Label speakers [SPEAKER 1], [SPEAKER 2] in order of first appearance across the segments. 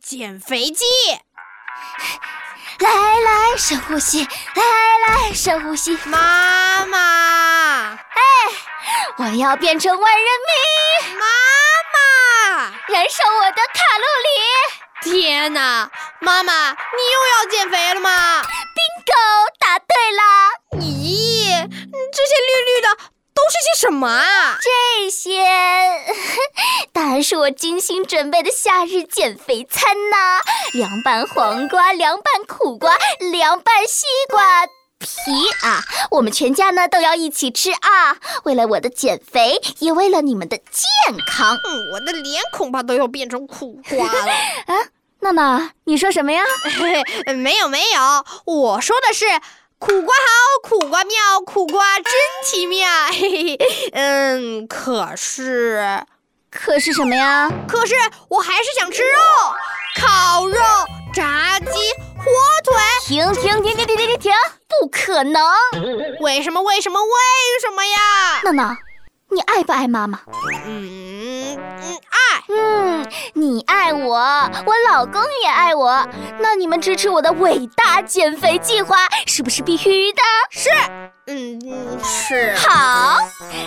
[SPEAKER 1] 减肥计。
[SPEAKER 2] 来来，深呼吸，来来，深呼吸。
[SPEAKER 1] 妈妈，
[SPEAKER 2] 我要变成万人迷，
[SPEAKER 1] 妈妈，
[SPEAKER 2] 燃烧我的卡路
[SPEAKER 1] 天哪，妈妈，你又要减肥了吗？
[SPEAKER 2] 里。Bingo，答对啦！
[SPEAKER 1] 咦，这些绿绿的都是些什么啊？
[SPEAKER 2] 这 些，答案是我精心准备的夏日减肥餐呐、凉拌黄瓜、凉拌苦瓜、凉拌西瓜皮啊！我们全家呢都要一起吃啊！为了我的减肥，也为了你们的健康。
[SPEAKER 1] 嗯，我的脸恐怕都要变成苦瓜了。
[SPEAKER 2] 娜娜，你说什么呀？
[SPEAKER 1] 呃没有没有，我说的是苦瓜好，苦瓜妙，苦瓜真奇妙。 嘿嘿，嗯，可是
[SPEAKER 2] 可是什么呀？
[SPEAKER 1] 可是我还是想吃肉，烤肉、炸鸡、火腿。
[SPEAKER 2] 停停停停停停停停！不可能！
[SPEAKER 1] 为什么？为什么？为什么呀？
[SPEAKER 2] 娜娜，你爱不爱妈妈？
[SPEAKER 1] 嗯嗯，爱
[SPEAKER 2] 嗯，你爱我，我老公也爱我，那你们支持我的伟大减肥计划是不是必须的？
[SPEAKER 1] 是，嗯嗯是。
[SPEAKER 2] 好，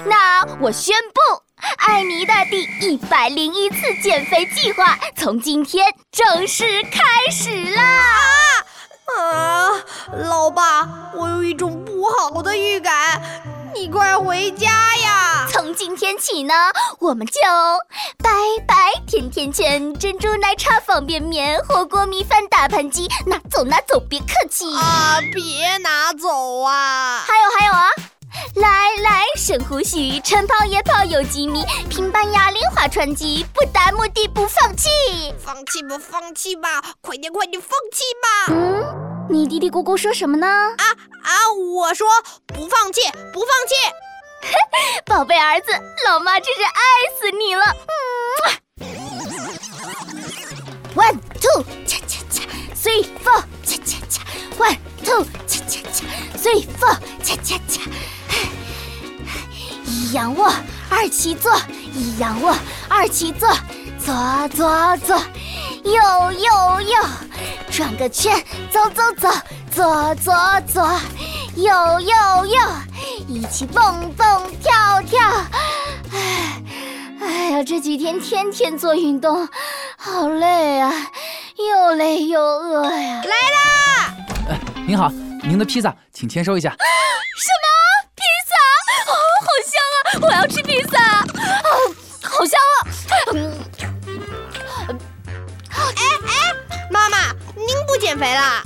[SPEAKER 2] 那我宣布，艾米大第一百零一次减肥计划从今天正式开始啦！
[SPEAKER 1] 啊，老爸，我有一种不好的预感，你快回家呀！
[SPEAKER 2] 从今天起呢，我们就拜拜甜甜圈、珍珠奶茶、方便面、火锅、米饭、大盘鸡，拿走拿走，别客气。
[SPEAKER 1] 啊，别拿走啊！
[SPEAKER 2] 还有还有啊！来来，深呼吸，晨跑、夜跑、有机米，平板哑铃、划船机，不达目的不放弃。
[SPEAKER 1] 放弃吧，放弃吧，快点，快点，放弃吧！
[SPEAKER 2] 嗯，你嘀嘀咕咕说什么呢？
[SPEAKER 1] 啊，我说不放弃，不放弃。
[SPEAKER 2] 宝贝儿子，老妈真是爱死你了。嗯。One two，恰恰恰，three four，恰恰恰，one two，恰恰恰，three four，恰恰恰。一仰卧，二起坐，一仰卧，二起坐，左左左，右右右，转个圈，走走走，左左左，右右右，一起蹦蹦跳跳。哎，哎呀，这几天天天做运动，好累啊，又累又饿呀。
[SPEAKER 3] 您好，您的披萨，请签收一下。
[SPEAKER 2] 披萨，哦，好香啊！我要吃披萨，啊，好香啊！嗯
[SPEAKER 1] 哎妈妈，您不减肥啦？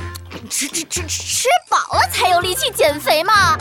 [SPEAKER 2] 吃吃吃吃饱了才有力气减肥嘛，